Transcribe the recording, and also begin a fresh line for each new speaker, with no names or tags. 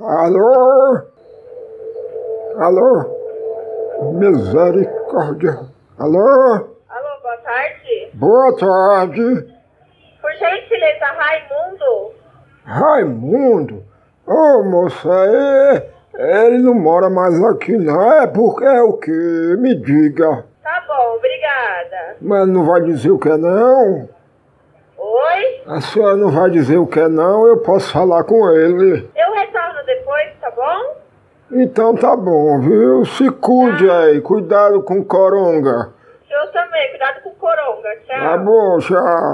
Alô? Alô? Misericórdia. Alô?
Alô, boa tarde.
Boa tarde.
Por gentileza, Raimundo.
Raimundo. Ô, moça, é- ele não mora mais aqui não. É porque é o quê? Me diga.
Tá bom, obrigada.
Mas não vai dizer o que é não?
Oi?
A senhora não vai dizer o que é não, eu posso falar com ele.
Eu retorno depois, tá bom?
Então tá bom, viu? Se cuide aí, cuidado com coronga.
Eu também, cuidado com o coronga, tchau.
Tá bom, tchau.